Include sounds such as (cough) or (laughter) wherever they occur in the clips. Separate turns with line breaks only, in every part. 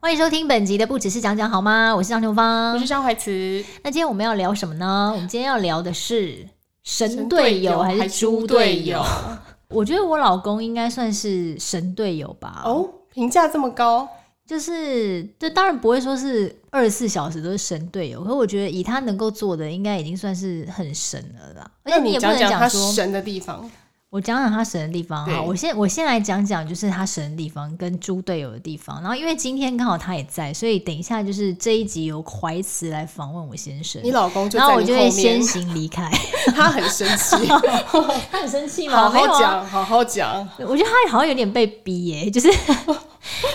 欢迎收听本集的不只是讲讲好吗？我是张琼芳
我是。张怀慈，
那今天我们要聊什么呢？我们今天要聊的是神
神
队
队
友
友
还是
还是
猪
猪
队
队
友
友？
我觉得我老公应该算是神队友吧。
哦，评价这么高，
就是这当然不会说是二十四小时都是神队友，可我觉得以他能够做的，应该已经算是很神了啦。而
那
且也
你
不能
讲他
说，
神的地方，
我讲讲他神的地方哈。
对
我先我先来讲讲就是他神的地方跟猪队友的地方。然后因为今天刚好他也在，所以等一下就是这一集由怀慈来访问我先生。
你老公就
然后
在
我
你
就会
后
先
面，
行离
(laughs)
开。
他很生
(laughs)
气，
他很生气
(laughs) 好好
没有啊
讲，好好讲，
我觉得他好像有点被逼耶、就是 (laughs)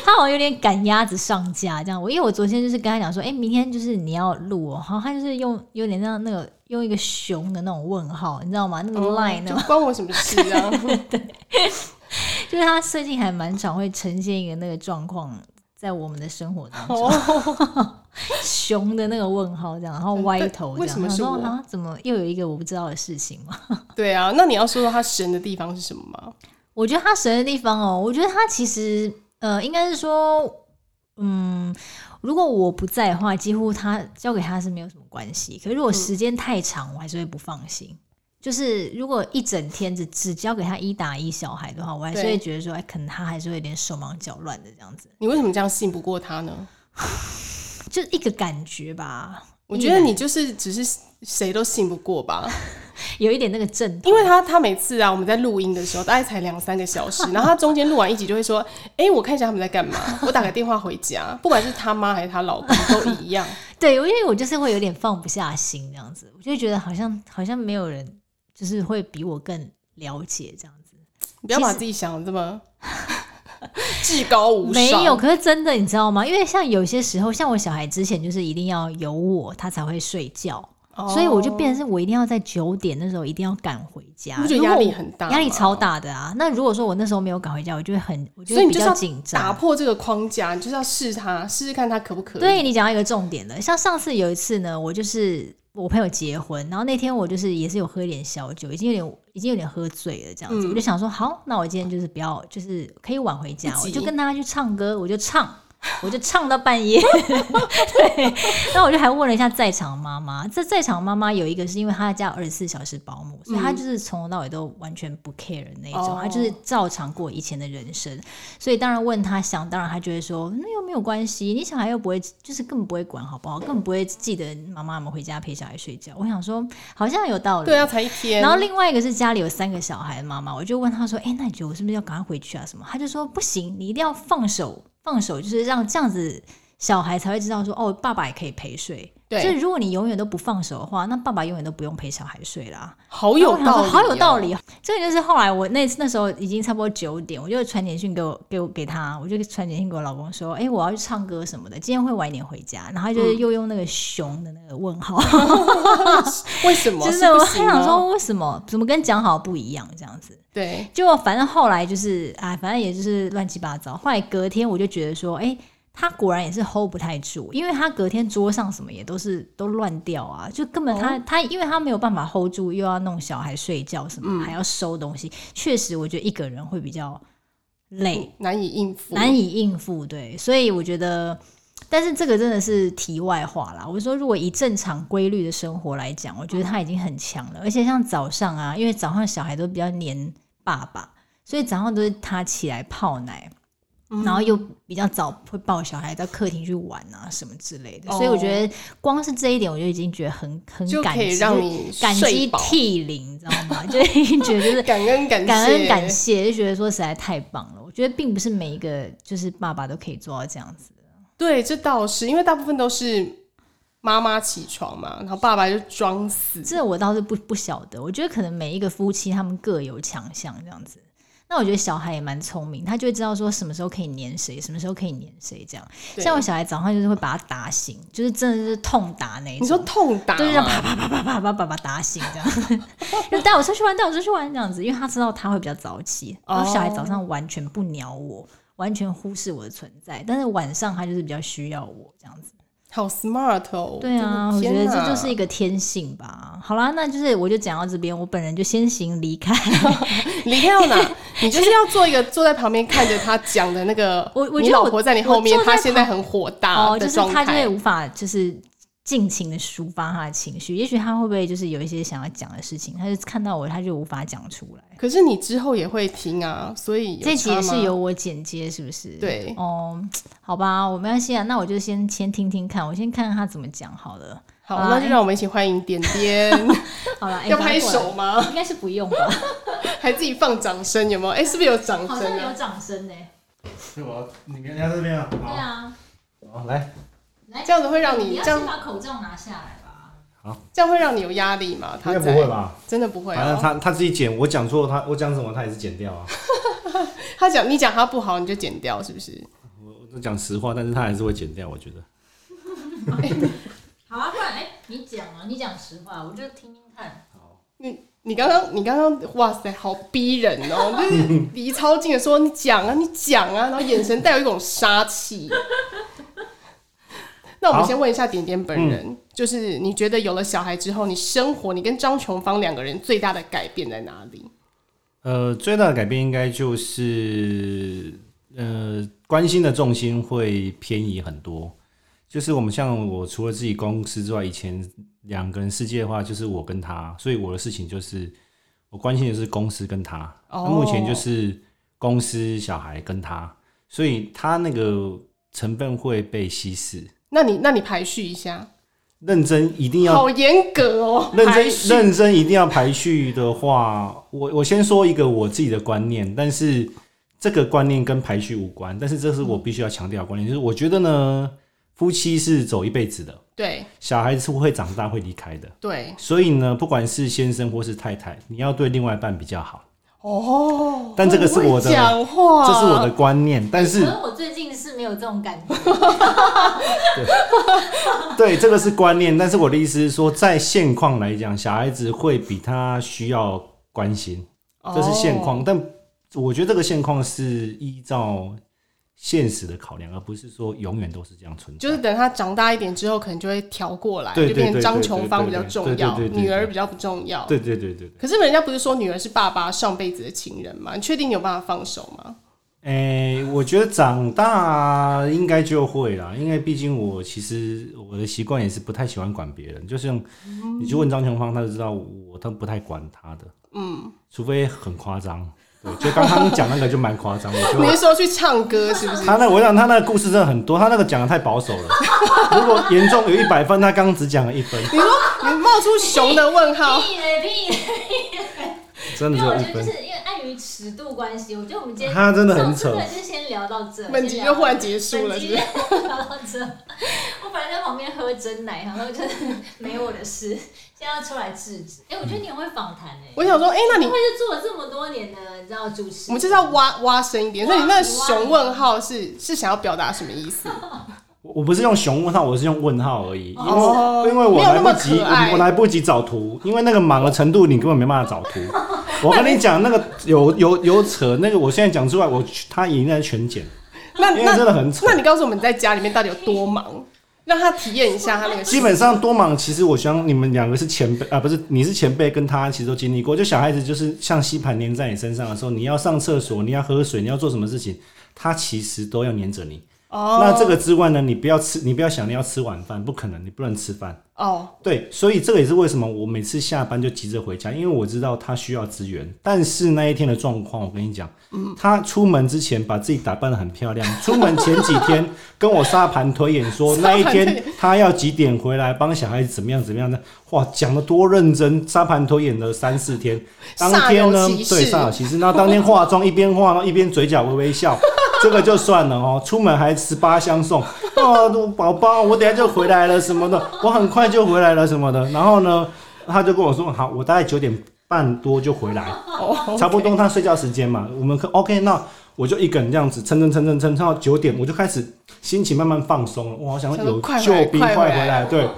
他好像有点赶鸭子上架这样。我因为我昨天就是跟他讲说，哎、明天就是你要录哦、然后他就是用有点像那个用一个熊的那种问号，你知道吗？那个 line
哦就
呢，
关我什么事啊？ (laughs)
就是他最近还蛮常会呈现一个那个状况。在我们的生活当中，
哦，
熊的那个问号这样，然后歪头这样，
为什么
想
是
说
我
啊？怎么又有一个我不知道的事情吗？
对啊，那你要说说他神的地方是什么吗？
我觉得他神的地方哦，我觉得他其实呃，应该是说，嗯，如果我不在的话，几乎他交给他是没有什么关系。可是如果时间太长，我还是会不放心。就是如果一整天只只交给他一打一小孩的话，我还是
对
会觉得说，哎，可能他还是会有点手忙脚乱的这样子，
你为什么这样信不过他呢？
就一个感觉吧。
我觉得你就是只是谁都信不过吧，
有一点那个阵头
因为他他每次啊，我们在录音的时候大概才两三个小 (laughs) 时，然后他中间录完一集就会说：“哎、我看一下他们在干嘛。” (laughs) 我打个电话回家，不管是他妈还是她老公都一 (laughs) 样。
对，因为我就是会有点放不下心这样子，我就会觉得好像好像没有人就是会比我更了解这样子。
你不要把自己想的这么 (laughs) 至高无上。
没有，，可是真的，你知道吗？因为像有些时候，像我小孩之前就是一定要有我，他才会睡觉，
哦
所以我就变成是我一定要在九点那时候一定要赶回家，
你不觉得
如果
压力
我
很大吗
压力超大的啊！那如果说我那时候没有赶回家，我就会很，我就
所以
会
你
比
就是
较
要
紧
打
张。
破这个框架，你就是要试他，试试看他可不可以。
对你讲到一个重点了，像上次有一次呢，我就是我朋友结婚，然后那天我就是也是有喝一点小酒，已经有点已经有点喝醉了这样子，
嗯
我就想说好，那我今天就是不要，就是可以晚回家，
自
我
己
就跟大家去唱歌，我就唱。 (laughs) 我就唱到半夜， (laughs) 对，那我就还问了一下在场妈妈，这在场妈妈有一个是因为她家二十四小时保姆，所以她就是从头到尾都完全不 care 的那一种，
哦
她就是照常过以前的人生，所以当然问他，想当然他就会说，嗯那又没有关系，你小孩又不会，就是更不会管，好不好？更不会记得妈妈们回家陪小孩睡觉。我想说，好像有道理。
对啊，才一天。
然后另外一个是家里有三个小孩的妈妈，我就问她说：“哎、那你觉得我是不是要赶快回去啊？什么？”她就说：“不行，你一定要放手，放手就是让这样子小孩才会知道说，哦，爸爸也可以陪睡。
对
就是如果你永远都不放手的话，那爸爸永远都不用陪小孩睡啦。
好
然后
有
我想
道
说
理、啊
好有道。
(laughs)
理哦。这个就是后来我那次那时候已经差不多九点，我就传简讯给我给我给他，我就传简讯给我老公说，哎、我要去唱歌什么的，今天会晚一点回家。然后他就是又用那个熊的那个问号，
为什
(laughs)
么？
就是是嗯我哦
不
还
行吗啊
想说为什么怎么跟讲好不一样这样子。
对，
结果反正后来就是啊，反正也就是乱七八糟。后来隔天我就觉得说，哎、他果然也是 hold 不太住，因为他隔天桌上什么也都是都乱掉啊，就根本他、他，因为他没有办法 hold 住，又要弄小孩睡觉什么，还要收东西，确实我觉得一个人会比较累，
难以应付。哦
难以应付。对，所以我觉得。但是这个真的是题外话啦。我说，如果以正常规律的生活来讲，我觉得他已经很强了。而且像早上啊，因为早上小孩都比较黏爸爸，所以早上都是他起来泡奶，
嗯
然后又比较早会抱小孩到客厅去玩啊什么之类的。
哦
所以我觉得光是这一点，我就已经觉得很很
就
感
可以
激，
让你
感激
睡饱
涕零，你知道吗？ (laughs) 就已经觉得就是
感恩感谢
感恩感谢，就觉得说实在太棒了。我觉得并不是每一个就是爸爸都可以做到这样子。
对，这倒是因为大部分都是妈妈起床嘛，然后爸爸就装死。
这我倒是不不晓得，我觉得可能每一个夫妻他们各有强项这样子。那我觉得小孩也蛮聪明，他就会知道说什么时候可以黏谁，什么时候可以黏谁这样。
对
像我小孩早上就是会把他打醒，就是真的是痛打那一种。
你说痛打
就是让
吗
啪啪啪啪啪啪啪啪打醒这样， (laughs) 就带我出去玩，带我出去玩这样子，因为他知道他会比较早起，
哦
然后小孩早上完全不鸟我，完全忽视我的存在，但是晚上他就是比较需要我这样子。
好 smart 哦！
对啊，我
真
觉得
的天哪
这就是一个天性吧。好啦，那就是我就讲到这边，我本人就先行离开。
离开到哪？你就是要做一个坐在旁边看着他讲的那个，
(laughs) 我我觉
你
得
老
我
婆在你后面
我，坐在
他现在很火大
(laughs) 哦，
的
就是
啊状
他就
态
会。无法就是尽情的抒发他的情绪，也许他会不会就是有一些想要讲的事情，他就看到我他就无法讲出来。
可是你之后也会听啊，所以有
这集
差
也是
吗
由我剪接，是不是？
对
哦，好吧，我没关系啊，那我就先先听听看，我先看看他怎么讲好了。
好，
好啦
那就让我们一起欢迎点点。
好 (laughs) 了，哎
(laughs) 要
赶快
拍，手
过
吗？
来应该是不用吧？
还自己放掌声有没有？哎、是不是有
(laughs)
掌
好
声
像有
啊？
掌声呢。
是我，你跟人家这边啊，
对啊，
好，好来，
来
这样子会让你
要
这
先
样
把口罩拿下来吧。
这样会让你有压力吗？
应
他
该
在
不会？吧？
真的不会
反正
啊。
他他自己剪，我讲错他我讲什么他也是剪掉啊。
他讲你讲他不好，你就剪掉，是不是？
我我都讲实话，但是他还是会剪掉，我觉得。
好啊，不然哎，你讲啊，你讲实话，我就听听看。
你刚刚你刚刚哇塞，好逼人
(laughs)
哦！就是离超近的说你讲啊，你讲啊，然后眼神带有一种杀气。那我们
好嗯
先问一下点点本人，就是你觉得有了小孩之后，你生活你跟张琼芳两个人最大的改变在哪里？
呃，最大的改变应该就是，呃，关心的重心会偏移很多。就是我们像我除了自己公司之外，以前两个人世界的话，就是我跟他，所以我的事情就是我关心的是公司跟他。
哦
那目前就是公司小孩跟他，所以他那个成分会被稀释。
那你那你排序一下，
认真一定要
好严格哦，
认
排
真
序
认真一定要排序的话，我我先说一个我自己的观念，但是这个观念跟排序无关，但是这是我必须要强调的观念，就是我觉得呢，夫妻是走一辈子的，
对
小孩子会长大会离开的，
对
所以呢，不管是先生或是太太，你要对另外一半比较好，
哦。
但这个是我的
会讲话，
这是我的观念，但
可
是
(laughs)
是我最近是没有这种感觉。
对，这个是观念，但是我的意思是说，在现况来讲，小孩子会比他需要关心，这是现况。
哦
但我觉得这个现况是依照现实的考量，而不是说永远都是这样存在。
就是等他长大一点之后，可能就会调过来，
对
就
对
变成
对
张
对
琼
对
芳
对
比较
对
重
对对
要，
对对
女儿
对
比较不重要。
对对对对对。
可是人家不是说女儿是爸爸上辈子的情人吗？你确定你有办法放手吗？
诶、我觉得长大应该就会啦，因为毕竟我其实我的习惯也是不太喜欢管别人，就像
嗯
你去问张琼芳，他就知道我都不太管他的，嗯，除非很夸张。对，就刚刚讲那个就蛮夸张，我就
你是说去唱歌是不是？
他那我想他那个故事真的很多，他那个讲的太保守了。如果严重有一百分，他刚刚只讲了一分，
你说你冒出熊的
(laughs)
问号，
屁嘞
(laughs)
屁嘞！
真的
因为
只有
我
一
觉得
分
就。是因为碍于尺度关系，我觉得我们今天
啊
他真的很扯
上次就先聊到这，
本集就忽然结束了，
本
是
集 (laughs)
不是？
就聊到这。 (laughs) 我本来在旁边喝真奶，然后就是没我的事， (laughs) 现在要出来制止。哎、我觉得你很会访谈哎，
我想说，哎、那
你
你
会是做了这么多年的，你知道主持？
我们就是要挖挖深一点。那你那个熊
挖
问号是是想要表达什么意思？
我我不是用熊问号，我是用问号而已，因为、
哦
因为我
没有
来
那
不
么
及，
可爱
我我来不及找图，因为那个忙的程度你根本没办法找 (laughs) 图。我跟你讲，那个有有有扯，那个我现在讲出来，我他已经在全剪，
那
因为
那
真的很扯
那你告诉我们你在家里面到底有多忙，让他体验一下他那个
基本上多忙，其实我想你们两个是前辈啊，不是你是前辈，跟他其实都经历过。就小孩子就是像吸盘粘在你身上的时候，你要上厕所，你要喝水，你要做什么事情，他其实都要黏着你。
哦
那这个之外呢，你不要吃，你不要想你要吃晚饭，不可能，你不能吃饭。
哦，
对，所以这个也是为什么我每次下班就急着回家，因为我知道他需要资源。但是那一天的状况，我跟你讲，他出门之前把自己打扮得很漂亮，出门前几天跟我沙盘推演说
沙
那
盘
一
推
天
演
他要几点回来帮小孩子怎么样怎么样的，哇，讲得多认真，沙盘推演了三四天。当天呢
煞有其，事
对，煞有其事。那当天化妆一边化妆一边嘴角微微
(laughs)
笑。这个就算了哦，出门还十八相送哦，宝宝，我等一下就回来了什么的，我很快就回来了什么的。然后呢，他就跟我说，好，我大概九点半多就回来，
哦
差不多他睡觉时间嘛。我们可 OK，那我就一个人这样子撑撑撑撑撑撑到九点，我就开始心情慢慢放松了。我好想
想说
有
快回
救
来
兵
快
快
回
回来，对。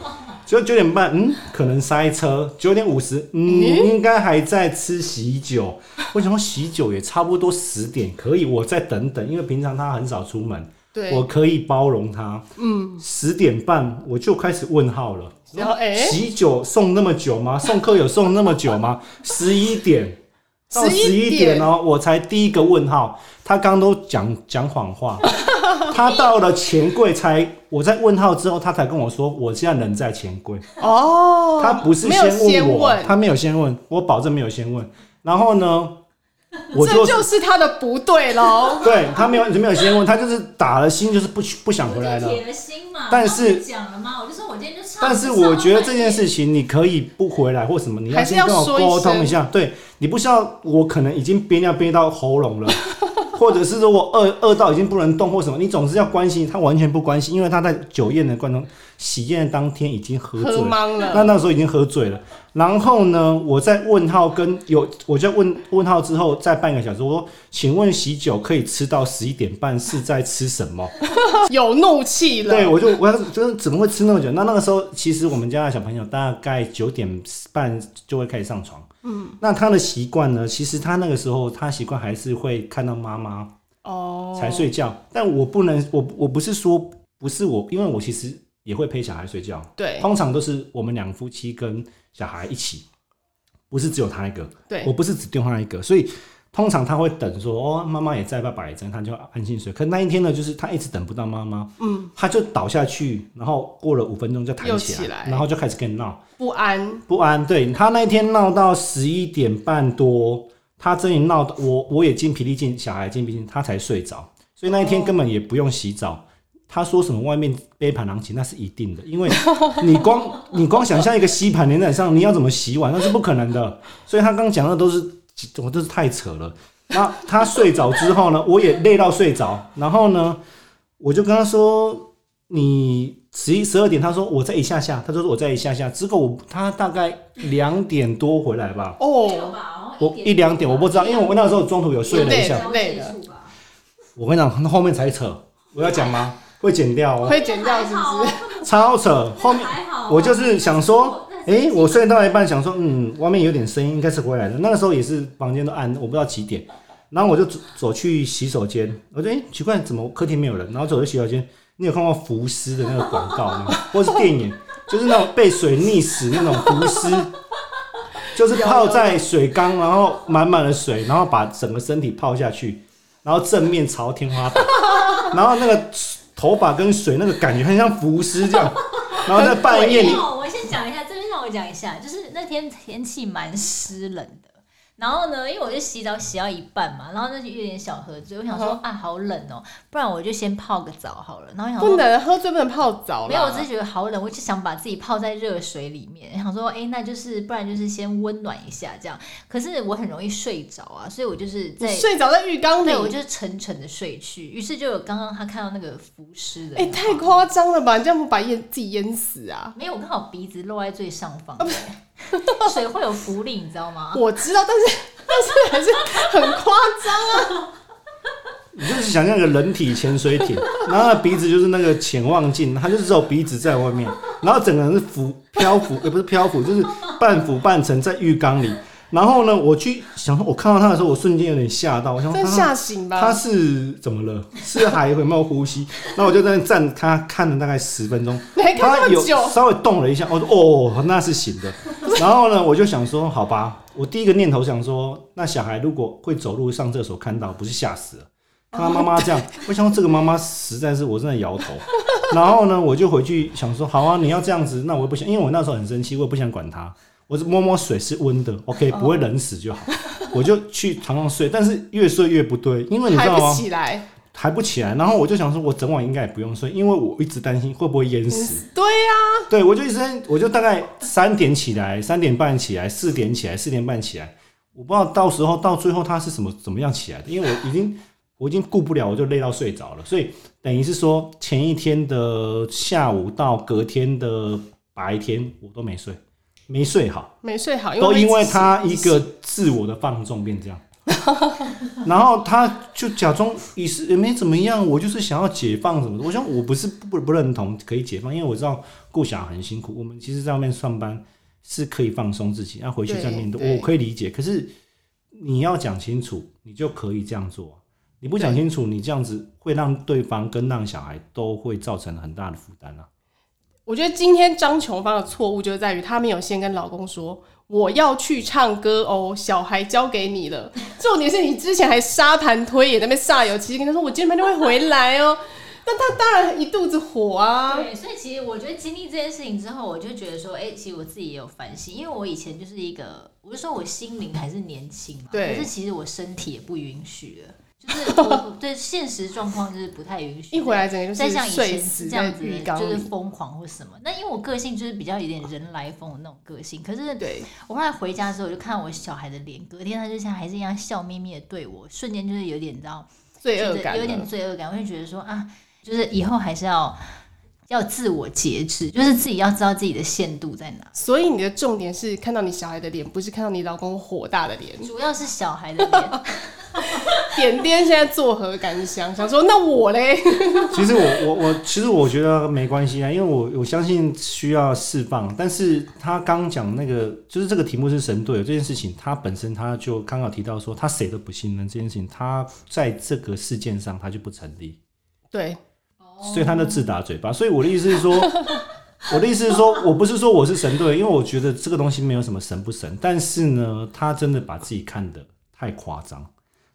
就九点半，嗯，可能塞车。九点五十，嗯，
嗯
应该还在吃喜酒。我想说喜酒也差不多十点，可以，我再等等，因为平常他很少出门，
对，
我可以包容他。嗯，十点半我就开始问号了。
然后哎、
喜酒送那么久吗？送客有送那么久吗？十一点，到十
11
一
点
点哦、我才第一个问号。他刚都讲讲
(laughs)
谎话，他到了钱柜才，我在问号之后，他才跟我说，我现在人在钱柜。
哦，
他不是
没有
先
先
问我，
问，
他没有先问，我保证没有先问。然后呢，我
这
就
就是他的不对喽。
对他没有没有先问，他就是打了心，就是不不想回来了
我就。铁了心嘛，
但是
我刚不讲了吗？我就说我今天就唱，
但是我觉得这件事情你可以不回来或什么，你
还是
先跟
要
我
说一声
沟通一下。对你不知道，我可能已经憋尿憋到喉咙
(laughs)
了，或者是说我饿饿到已经不能动或什么，你总是要关心他，完全不关心，因为他在酒宴的过程中，喜宴的当天已经 (laughs) 喝醉
喝
了。
懵
那
了，
那时候已经喝醉了，然后呢，我在问号跟有，我就问问号之后，再半个小时，我说，请问喜酒可以吃到十一点半是在吃什么？
有怒气了。
(laughs) 对，我就我要就是怎么会吃那么久？那那个时候，其实我们家的小朋友大概九点半就会开始上床。嗯，那他的习惯呢？其实他那个时候他习惯还是会看到妈妈
哦，
才睡觉，但我不能，我我不是说不是我，因为我其实也会陪小孩睡觉，
对
通常都是我们两夫妻跟小孩一起，不是只有他一个。我
对，
不是只丢他一个，所以通常他会等说哦，妈妈也在，爸爸也在，他就安心睡。可那一天呢，就是他一直等不到妈妈，嗯，他就倒下去，然后过了五分钟就弹
又
起来，
起来
然后就开始跟你闹
不安，
不安。对他那一天闹到十一点半多，他真的闹到我我也筋疲力尽，小孩筋疲力尽，他才睡着。所以那一天根本也不用洗澡。他说什么外面杯盘狼藉，那是一定的，因为你光你光想象一个吸盘连在上，你要怎么洗碗，那是不可能的。所以他刚讲的都是我真是太扯了。那他睡着之后呢，我也累到睡着，然后呢，我就跟他说你十一十二点，他说我在一下下，他就说我在一下下，结果我他大概两点多回来吧，
没有
哦，
吧，
我一两点我不知道，因为我那时候中途有睡了一
对
下。
累了
我跟你讲，后面才扯，我要讲吗？会剪掉哦，
会减掉是不是？
超扯，后面。
还好啊，
我就是想说，
哦那是
诶，我睡到一半想说，嗯，外面有点声音，应该是回来了。那个时候也是房间都暗，我不知道几点。然后我就走走去洗手间，我就诶奇怪，怎么客厅没有人？然后走去洗手间，你有看过浮尸的那个广告
(laughs)
吗？或是电影，就是那种被水溺死那种
(laughs)
浮尸，就是泡在水缸，然后满满的水，然后把整个身体泡下去，然后正面朝天花板， (laughs) 然后那个头发跟水那个感觉很像浮尸
(laughs)
这样，然后在半夜
没
里
有，我先讲一下，这边让我讲一下，就是那天天气蛮湿冷的。然后呢，因为我就洗澡洗到一半嘛，然后那就有点小喝醉，我想
嗯
说、啊，好冷哦，不然我就先泡个澡好了。然后想
不
说
能喝醉，不能泡澡啦
没有，我只是觉得好冷，我就想把自己泡在热水里面，想说，哎、那就是不然就是先温暖一下这样。可是我很容易睡着啊，所以我就是在
你睡着在浴缸里
对，我就是沉沉的睡去。于是就有刚刚他看到那个浮尸的，
哎、太夸张了吧！你这样不把淹自己淹死啊？
没有，我刚好鼻子落在最上方，
哦
欸 (laughs) 水会有浮力，你知道吗？
我知道，但是 (laughs) 但是还是很夸张。
你就是想象一个人体潜水艇，然后他鼻子就是那个潜望镜，他就是只有鼻子在外面，然后整个人是浮漂浮， (laughs) 也、不是漂浮，就是半浮半沉在浴缸里。然后呢，我去想说，我看到他的时候，我瞬间有点吓到，我想说
真
他
吓醒
他
吧？
是怎么了？是还有没有呼吸？那我就在那站他看了大概十分钟，
你 (laughs) 还看
他
那
有
么久，
稍微动了一下，我说哦，那是醒
(laughs)
的。然后呢，我就想说，好吧，我第一个念头想说，那小孩如果会走路上厕所看到，不是吓死了？
哦
看他妈
(laughs)
妈这样，我想说这个妈妈实在是我真的摇头。然后呢，我就回去想说，好啊，你要这样子，那我也不想，因为我那时候很生气，我也不想管他。我是摸摸水是温的，OK，不会
哦
冷死就好。我就去床上睡，但是越睡越不对，因为你知
还
道
不
吗？
起来？
还不起来。然后我就想说，我整晚应该也不用睡，因为我一直担心会不会淹死。
对啊呀、
对，我就一直在，我就大概三点起来，三点半起来，四点起来，四点半起来。我不知道到时候到最后他是什么怎么样起来的，因为我已经我已经顾不了，我就累到睡着了。所以等于是说前一天的下午到隔天的白天我都没睡，没睡好，
没睡好，
都因为
一直
他一
醒
个自我的放纵变这样。 (laughs) 然后他就假装也是也没怎么样，我就是想要解放什么的。我想我不是不不认同可以解放，因为我知道顾小孩很辛苦。我们其实在外面上班是可以放松自己，要回去再面
对
对，
对
我可以理解。可是你要讲清楚，你就可以这样做啊。你不讲清楚，你这样子会让对方跟让小孩都会造成很大的负担啊。
我觉得今天张琼芳的错误就是在于她没有先跟老公说我要去唱歌哦，小孩交给你了。 (laughs) 重点是你之前还沙盘推演，那边煞有其事跟他说我今天就会回来哦。 (laughs) 但他当然一肚子火啊，
对，所以其实我觉得经历这件事情之后，我就觉得说，哎、其实我自己也有反省，因为我以前就是一个，我就说我心灵还是年轻嘛，
对
可是其实我身体也不允许了，
(laughs)
就是我对现实状况就是不太允许。
一回来整个就
再
是
像以
睡
前
死
是这
在
样子
浴
的，
缸
就是 (laughs)
里。
疯狂或什么。那因为我个性就是比较有点人来疯的那种个性，可是
对，
我后来回家之后，我就看我小孩的脸，隔天他就像还是一样笑眯眯的对我，瞬间就是有点你知道
罪恶感啊
有点
了。
罪恶感，我就觉得说啊，就是以后还是要要自我节制，就是自己要知道自己的限度在哪。
所以你的重点是看到你小孩的脸，不是看到你老公火大的脸。
主要是小孩的
(laughs)
脸，
点点现在作何感想？想说那我嘞？ (laughs)
其实我我我，其实我觉得没关系啊，因为我我相信需要释放，但是他刚讲那个，就是这个题目是神队友这件事情，他本身他就刚好提到说他谁都不信任这件事情，他在这个事件上他就不成立，
对，
所以他就自打嘴巴。所以我的意思是说， (laughs) 我的意思是说我不是说我是神队友，因为我觉得这个东西没有什么神不神，但是呢，他真的把自己看得太夸张，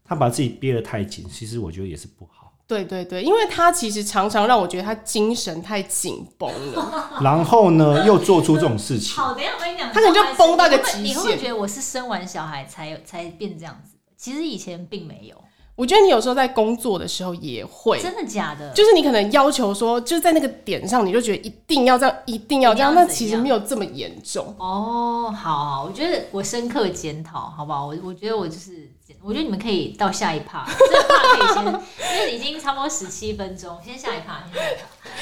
他把自己憋得太紧，其实我觉得也是不好。
对对对，因为他其实常常让我觉得他精神太紧绷了。 (laughs)
然后呢，又做出这种事情。
好，等一下我跟你讲，
他可能就崩到一个
你会不会你
极
会不会
限
觉得我是生完小孩才才变这样子？其实以前并没有，
我觉得你有时候在工作的时候也会，
真的假的？
就是你可能要求说，就是在那个点上，你就觉得一定要这样，一定要这样，
一定要
那
怎
其实
样
没有这么严重。
哦，好好，我觉得我深刻检讨，好不好？我我觉得我就是，我觉得你们可以到下一趴，这趴可以先， (laughs) 因为已经差不多十七分钟，先下一趴。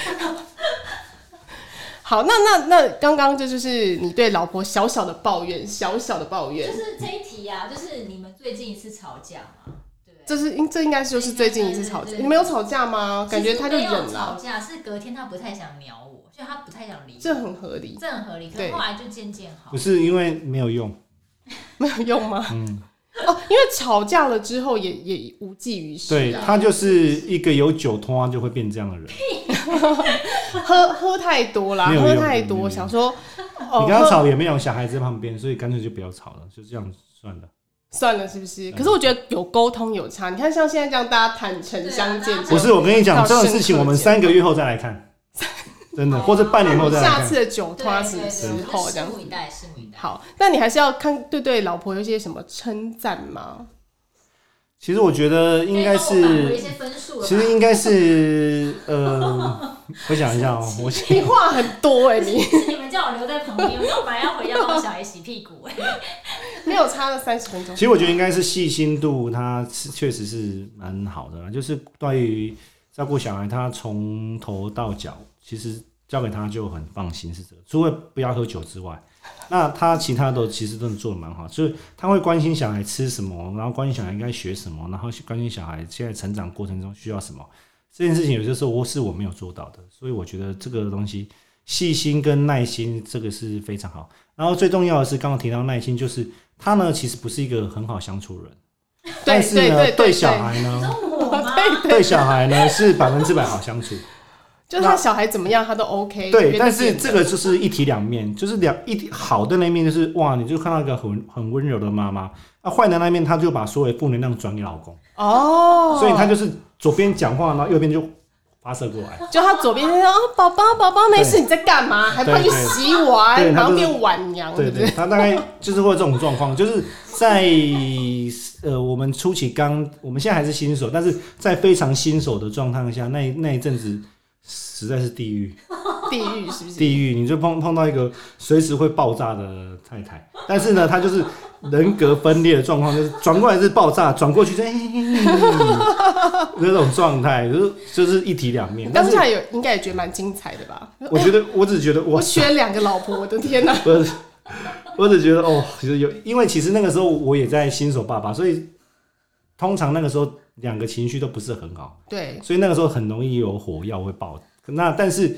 先下一趴
好，那那那刚刚这就是你对老婆小小的抱怨，小小的抱怨
就，是这一题啊，就是你们最近一次吵架嘛，对不对？
这是应这应该就是最近一次吵
对
架，
对对
你们有吵架吗？感觉
其实
他就
没
忍
有
了
吵，架是隔天他不太想鸟我，就他不太想理我，
这很合理，
这很合理。可
对
是后来就渐渐好
不，是因为没有用，
没有用吗？
嗯，
哦，因为吵架了之后也也无济于事、
对
啊，
他就是一个有酒通啊就会变这样的人。
喝喝太多啦，
没有
喝
用
太
没有
多，
用
想说，哦
你跟他吵也没有小孩子在旁边，所以干脆就不要吵了，就这样算了。
算了，是不是？
嗯
可是我觉得有沟通有差。你看，像现在这样，大家坦诚
对啊
相见
大家，
不是，我跟你讲，
到
这种事
深
情
刻
我们
解
三个月后再来看，
(laughs)
真的，
哦
或者半年后再来
下
看
次。的酒
对
托什么
对
时
对，我
候
就
这样
拭目
子？
以待，拭目以待。
好，但你还是要看对对老婆有一些什么称赞
(laughs)
吗？
其实我觉得应该
可以帮我返回一
是，
些分数了吧。
其实应该是，呃，我想一下哦，我想
你话很多哎、你
是你们叫我留在旁边，我本来要回家帮小孩洗屁
(laughs)
股、哎，
没有差了三十分钟
其。实我觉得应该是呃细心度，它是确实是蛮好的啦。就是对于照顾小孩，他从头到脚，其实交给他就很放心，是这个。除了不要喝酒之外，那他其他的其实真的做的蛮好，就是他会关心小孩吃什么，然后关心小孩应该学什么，然后关心小孩现在成长过程中需要什么。这件事情有些时候我是我没有做到的，所以我觉得这个东西细心跟耐心这个是非常好。然后最重要的是，刚刚提到耐心，就是他呢其实不是一个很好相处的人，
对
但是呢
对对对
小孩
你
呢，
说我吗？
对小孩呢是百分之百好相处。
就是他小孩怎么样，他都 OK。
对，但是这
个
个就是一体两面，就是两一体好的那一面就是哇，你就看到一个很很温柔的妈妈，那、坏的那一面，她就把所有的负能量转给老公，
哦，
所以她就是左边讲话，然后右边就发射过来。
就他左边说：“哦，宝宝，宝宝，没事，你在干嘛？还快去洗碗，
对对
然
他
后
就是
变晚娘，
对
对不对
对，他大概就是会有这种状况，就是在呃我们初期刚，我们现在还是新手，但是在非常新手的状态下，那那一阵子实在是地狱，？”
(laughs) 地狱是不是？
地狱，你就碰碰到一个随时会爆炸的太太，但是呢，她就是人格分裂的状况，就是转过来是爆炸，转过去就、欸、那种状态，就是就是一体两面。但
当
是
下有应该也觉得蛮精彩的吧？
我觉得，我只觉得
我
我
选两个老婆，我的天哪、
(laughs) 我只我只觉得哦，其实有，因为其实那个时候我也在新手爸爸，所以通常那个时候两个情绪都不是很好，
对，
所以那个时候很容易有火药会爆。那但是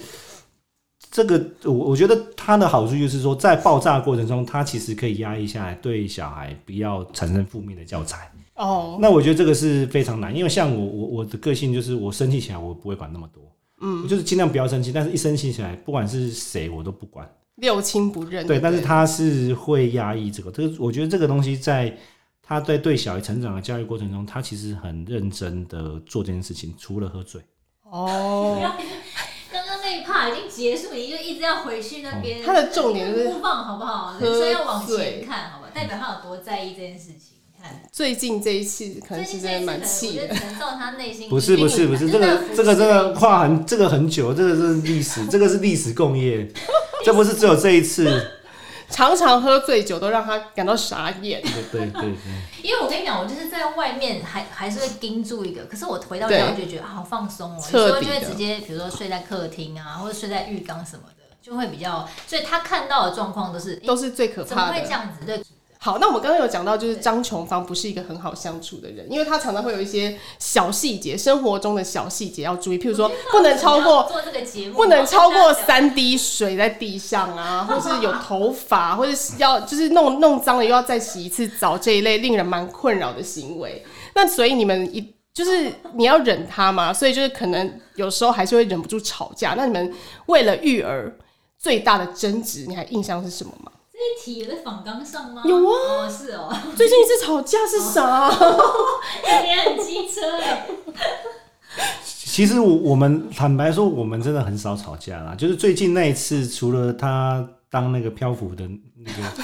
这个我我觉得它的好处就是说，在爆炸过程中，它其实可以压抑下来，对小孩不要产生负面的教材。
哦，
那我觉得这个是非常难，因为像我我我的个性就是我生气起来我不会管那么多，嗯，就是尽量不要生气，但是一生气起来，不管是谁，我都不管。
六亲不认。
对，
不
但是他是会压抑这个，这个我觉得这个东西在他在对小孩成长的教育过程中，他其实很认真的做这件事情，除了喝醉。
哦，
(laughs) 刚刚那一趴已经结束，你就一直要回去那边。
他的重点就是
不放好不好？
喝
人生要往前
醉
看，好吧？代表他有多在意这件事情。看，
最近这一次可
最
能
近
是
这
真
一次可
的蛮
能我
气
觉
的
得。承受他内心
不是不是不是，这个这个真的跨很这个很久，这个是历史，这个是历史共 (laughs) 业，这不是只有这一 (laughs) 次。
常常喝醉酒都让他感到傻
(laughs)
眼。
对对对
因为我跟你讲，我就是在外面还还是会盯住一个，可是我回到
对
家我就觉得啊好放松哦，有时
彻
候
底
就
的
会直接比如说睡在客厅啊，或者睡在浴缸什么的，就会比较，所以他看到的状况都是诶
都是最可
怎么
怕
会这
的。
样子？对，
好，那我们刚刚有讲到，就是张琼芳不是一个很好相处的人，因为他常常会有一些小细节，生活中的小细节要注意，譬如说不能超过。
做这个节目，
不能超过
三。
三滴水在地上啊，或是有头发，或者是要就是弄弄脏了又要再洗一次澡这一类令人蛮困扰的行为。那所以你们一就是你要忍他嘛，所以就是可能有时候还是会忍不住吵架。那你们为了育儿最大的争执，你还印象是什么吗？
这一题有在访纲上吗？
有
啊，哦、是哦，
最近一次吵架是啥？
你也很机车哎，
其实我我们坦白说，我们真的很少吵架啦。就是最近那一次，除了他当那个漂浮的那个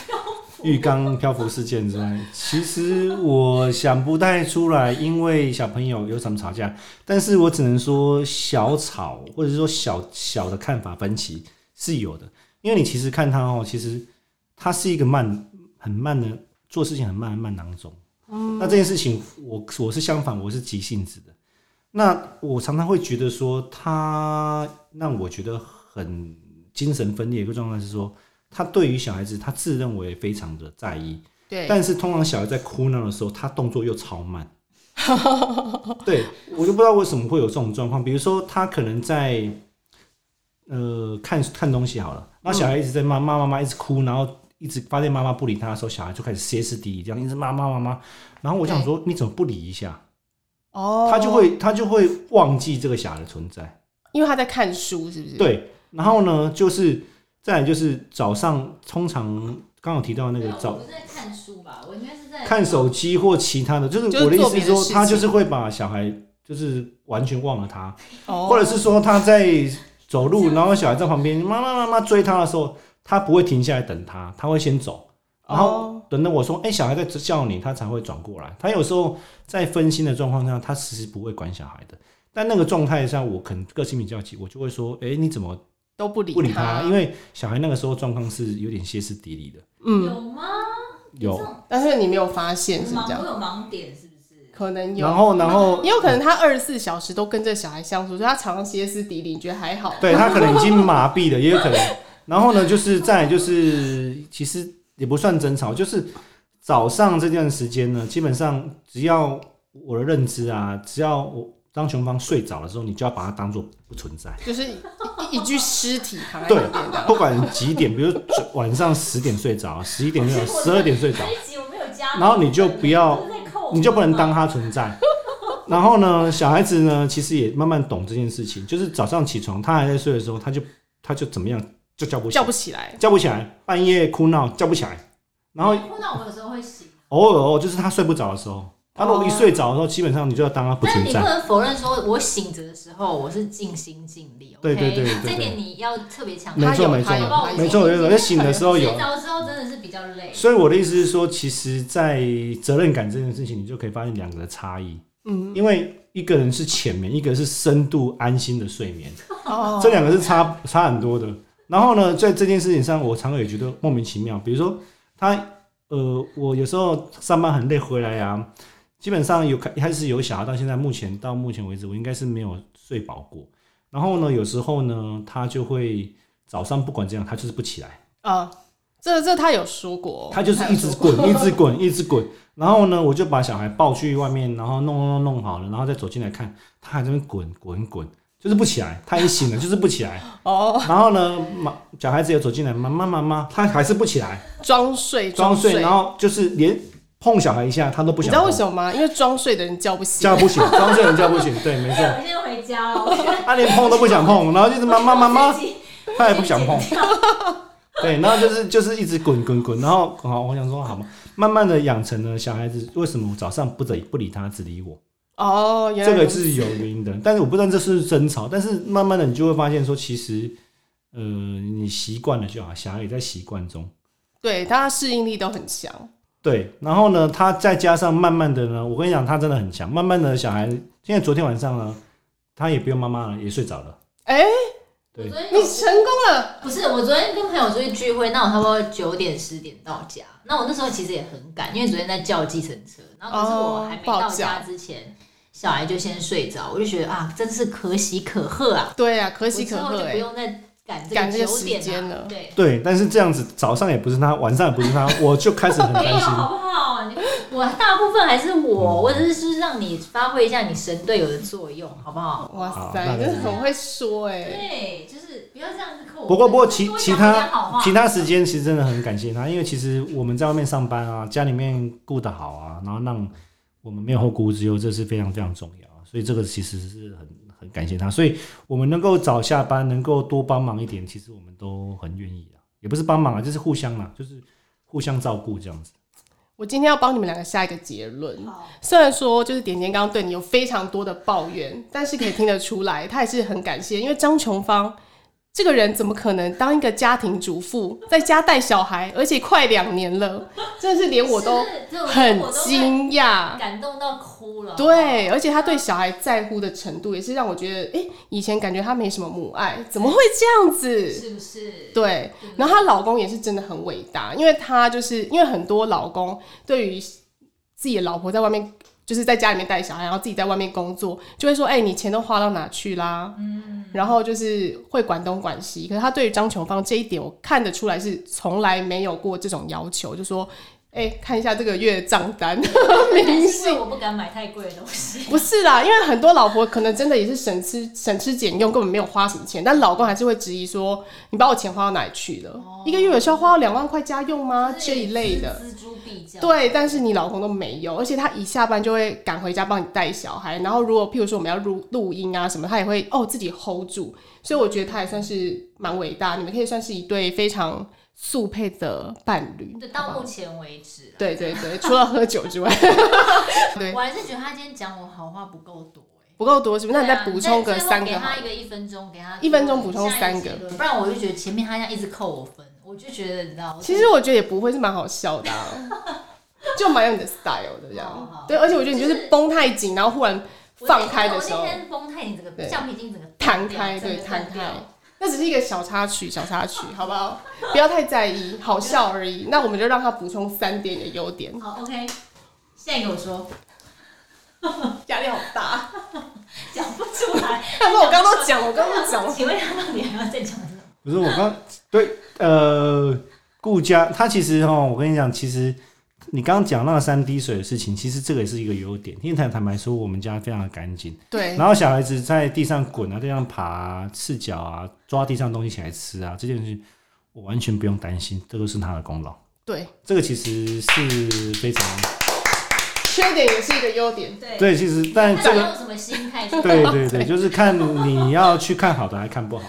浴缸漂浮事件之外，其实我想不太出来，因为小朋友有什么吵架。但是我只能说，小吵或者说小小的看法分歧是有的。因为你其实看他哦，其实他是一个慢很慢的做事情很慢很慢囊中。那这件事情我我是相反，我是急性子的。那我常常会觉得说，他让我觉得很精神分裂的一个状态是说，他对于小孩子，他自认为非常的在意，
对，
但是通常小孩在哭闹的时候，他动作又超慢。对我就不知道为什么会有这种状况。比如说，他可能在呃看看东西好了，那小孩一直在骂骂妈妈，一直哭，然后一直发现妈妈不理他的时候，小孩就开始歇斯底里，这样一直骂骂妈妈。然后我想说，你怎么不理一下？
哦
他就会他就会忘记这个小孩的存在。
因为他在看书，是不是？，
对，然后呢，就是再来就是早上，通常刚好提 (laughs) 到那个
我
早
不是在看书吧？我应该是在
看手机或其他的，就
就是是
我的意
做
思是
别的
说，
事
他就
情
是会把小孩就是完全忘了他，
哦
或者是说他在走路，然后小孩在旁边妈妈妈妈追他的时候，他不会停下来等他，他会先走。然后
哦
等到我说，哎、小孩在叫你，他才会转过来。他有时候在分心的状况下，他其实不会管小孩的。但那个状态下，我可能个性比较急，我就会说，哎、你怎么
都不理
不理他？因为小孩那个时候状况是有点歇斯底里的。
嗯，
有吗？
有
这，种
但是你没有发现是这
盲，
样
我，有盲点是不是？
可能
然
有，
后然后
也有可能他二十四小时都跟这小孩相处，所以他常常歇斯底里，你觉得还好？
对他可能已经麻痹了，也有可能。然后呢，就是再来就是，其实也不算争吵，就是早上这段时间呢，基本上只要我的认知啊，只要我张琼芳睡着的时候，你就要把它当做不存在。
就是一一一具尸体躺在
对
那边的。
不管几点，比如晚上十点睡着，十一点睡着，十二点睡着，
这一集我没有加入，
然后你就不要
这是在扣我吗
你就不能当它存在。然后呢，小孩子呢，其实也慢慢懂这件事情，就是早上起床，他还在睡的时候，他就他就怎么样，就叫不起
叫
来，
不起来，
叫不起来，半夜哭闹叫不起来，然后
哭闹，我有时候会醒。
偶尔哦，就是他睡不着的时候，他如果一睡着的时候，基本上你就要当他不
但
存
你不
在。
能否认说，我醒着的时候我是尽心尽力。
对
OK，
对对对对
这点你要特别强
没
调。
错没
他有他
错
有
没错，有有醒的时候有
睡。着之后真的是比较累。
所以我的意思是说，其实，在责任感这件事情，你就可以发现两个的差异。
嗯，
因为一个人是浅眠，一个是深度安心的睡眠，
哦，
这两个是差差很多的。然后呢，在这件事情上，我常常也觉得莫名其妙。比如说他，呃，我有时候上班很累回来啊，基本上有开开始有小孩，到现在目前到目前为止，我应该是没有睡饱过。然后呢，有时候呢，他就会早上不管怎样，他就是不起来。
啊，这这他有说过，
他就是一直滚，一直滚，一直滚。然后呢，我就把小孩抱去外面，然后弄弄弄好了，然后再走进来看，他还在那边滚滚滚，就是不起来。他一醒了就是不起来。
哦，
然后呢，妈，小孩子也走进来，妈妈妈妈，他还是不起来，
装睡
装睡。
睡，
然后就是连碰小孩一下，他都不
你
想
知道
碰。
为什么吗？因为装睡的人叫不醒
叫。不醒，装睡人叫不醒，对，没
(laughs)
错，
我现在回家了，我觉得
他连碰都不想碰，然后就是妈妈妈妈
(laughs)
自，己
他也不想碰，对，然后就是就是一直滚滚滚，然后好，我想说好嘛，慢慢的养成了小孩子为什么我早上不理不理他，只理我，
哦，原来
这个
如此
是有原因的，但是我不知道这是不是争吵，但是慢慢的你就会发现说，其实呃，你习惯了就好，小孩也在习惯中。
对，大家适应力都很强。
对，然后呢，他再加上慢慢的呢，我跟你讲，他真的很强。慢慢的，小孩现在昨天晚上呢，他也不用妈妈了，也睡着了。
哎、
对
昨天
你成功了，
不是，我昨天跟朋友出去聚会，那我差不多九点十点到家。那我那时候其实也很赶，因为昨天在叫计程车，然后可是我还没
哦
到家之前，小孩就先睡着，我就觉得啊，真是可喜可贺啊！
对啊，可喜可
我之后
贺
就
哎、
不用再赶这
赶这
个
个
九点
时间了
对，
对，但是这样子早上也不是他，晚上也不是他，我就开始很
(laughs) 没有
担心。
好不好？你我大部分还是我，我只是就是让你发挥一下你神队友的作用，好不好？
哇
好
塞，
啊那
你
就
真
是
的很会说哎、
对，就是不要这样子扣我。
不过不过其
多
其
讲一点好
他
话
其他时间其实真的很感谢他，因为其实我们在外面上班啊，家里面顾得好啊，然后让我们没有后顾之忧，这是非常非常重要啊。所以这个其实是很很感谢他，所以我们能够早下班，能够多帮忙一点，其实我们都很愿意啊，也不是帮忙啊，就是互相啦，就是互相照顾这样子。
我今天要帮你们两个下一个结论。
好
虽然说就是点点刚刚对你有非常多的抱怨，但是可以听得出来，他也是很感谢，因为张琼芳这个人怎么可能当一个家庭主妇，在家带小孩，而且快两年了，真的是连我都
是这种
很
我都快
惊讶。
感动到哭了。
对，而且他对小孩在乎的程度，也是让我觉得，哎、以前感觉他没什么母爱，怎么会这样子？
是不是？
对，然后她老公也是真的很伟大，因为她就是因为很多老公对于自己的老婆在外面，就是在家里面带小孩，然后自己在外面工作，就会说：“哎、你钱都花到哪去啦？”嗯，然后就是会管东管西。可是她对于张琼芳这一点，我看得出来是从来没有过这种要求，就说：“哎、看一下这个月的账单。”
明是我不敢买太贵的东西。
不是啦，因为很多老婆可能真的也是省吃省吃俭用，根本没有花什么钱，但老公还是会质疑说：“你把我钱花到哪里去了？一个月有需要花到两万块家用吗？”啊这一类的。
锱铢必较。
对，但是你老公都没有，而且他一下班就会赶回家帮你带小孩，然后如果譬如说我们要录录音啊什么，他也会哦自己 hold 住，所以我觉得他也算是蛮伟大，你们可以算是一对非常速配的伴侣。
对，
好
到
不好
目前为止啊，
(laughs) 对对对，除了喝酒之外 (laughs) 对
我还是觉得他今天讲我好话不够多欸。
不够多是不是？那你
对
再
啊
补充个
最后
三
给
个好了
他一个一分钟，给他
一分钟补充
下一
三
结
个
论不然我就觉得前面他这样一直扣我分，我就觉得你知道，
其实我觉得也不会是蛮好笑的、 (laughs) 啊，就蛮有你的 style 的
好
这样
好。
对，而且我觉得你哦就是绷太紧，然后忽然
我
放开的时候
我那天绷太紧，整
对
个橡皮筋整个
弹开，对，弹开。那只是一个小插曲，小插曲， (laughs) 好不好？不要太在意，好笑而已。那我们就让他补充三点的优点，
好，OK。现在给我说，
压力好大。
讲不出来。
他哎说我刚刚都讲，我刚刚都讲了。
请问他到底还要再讲什么？
不是我刚对呃，顾家他其实哈，我跟你讲，其实你刚刚讲那个三滴水的事情，其实这个也是一个优点，因为坦坦白说，我们家非常的干净。
对，
然后小孩子在地上滚啊，地上爬、啊、赤脚啊，抓地上东西起来吃啊，这件事情我完全不用担心，这都是他的功劳。
对，
这个其实是非常
缺点也是一个优点。
对，
对，其实但这
看
个
用什么心
(laughs)
态去
(laughs) 对对对，就是看你要去看好的还看不好。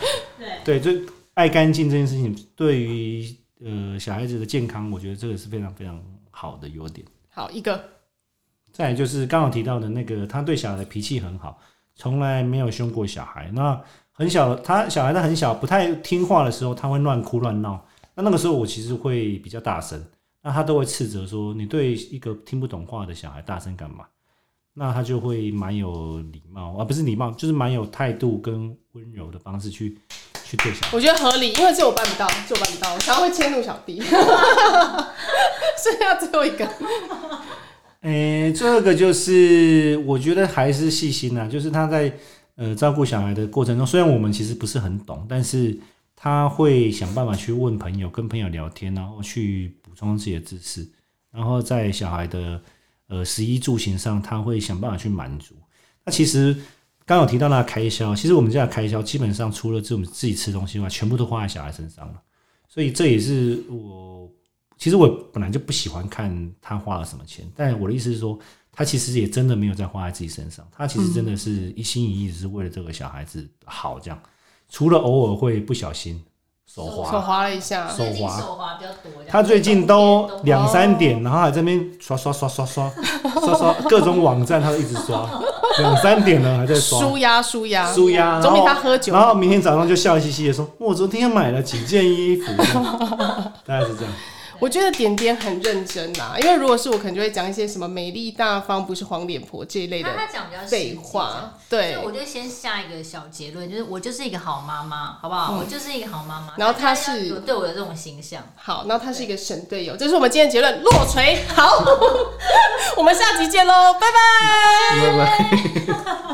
对。
对，就爱干净这件事情，对于呃小孩子的健康，我觉得这个是非常非常好的优点。
好，一个
再来就是刚好提到的那个，他对小孩的脾气很好，从来没有凶过小孩。那很小，他小孩他很小，不太听话的时候，他会乱哭乱闹。那那个时候我其实会比较大声，那他都会斥责说：“你对一个听不懂话的小孩大声干嘛？”那他就会蛮有礼貌啊，不是礼貌，就是蛮有态度跟温柔的方式去去对小孩。
我觉得合理，因为这我办不到，这我办不到，我常常会迁怒小弟。 (laughs) 剩下最后一个，
诶、这个就是我觉得还是细心啊，就是他在呃照顾小孩的过程中，虽然我们其实不是很懂，但是他会想办法去问朋友，跟朋友聊天，然后去补充自己的知识，然后在小孩的呃食衣住行上，他会想办法去满足。那其实刚有提到那个开销，其实我们家的开销基本上除了自我们自己吃东西外，全部都花在小孩身上了，所以这也是我。其实我本来就不喜欢看他花了什么钱，但我的意思是说，他其实也真的没有在花在自己身上，他其实真的是一心一意，只是为了这个小孩子好这样。除了偶尔会不小心手滑，
手滑了一下，
手
最近
滑
手滑比较多。
他最近都两三点，然后还在那边刷刷刷刷 (laughs) 刷刷刷各种网站，他都一直刷，两三点了还在刷
舒。压舒压，
舒压，
总比
然后
他喝酒
然后明天早上就笑嘻嘻的说：“我昨天买了几件衣 (laughs) 服。”大概是这样。
我觉得点点很认真啦，因为如果是我，可能就会讲一些什么美丽大方，不是黄脸婆这一类的
他他讲比较实际
废话。
所以
对，
我就先下一个小结论，就是我就是一个好妈妈，好不好？我就是一个好妈妈。
然后她
大家要
是
有对我的这种形象，
好，那他是一个神队友，这是我们今天的结论，落 (laughs) 锤。好，我们下集见喽，拜拜。
拜拜。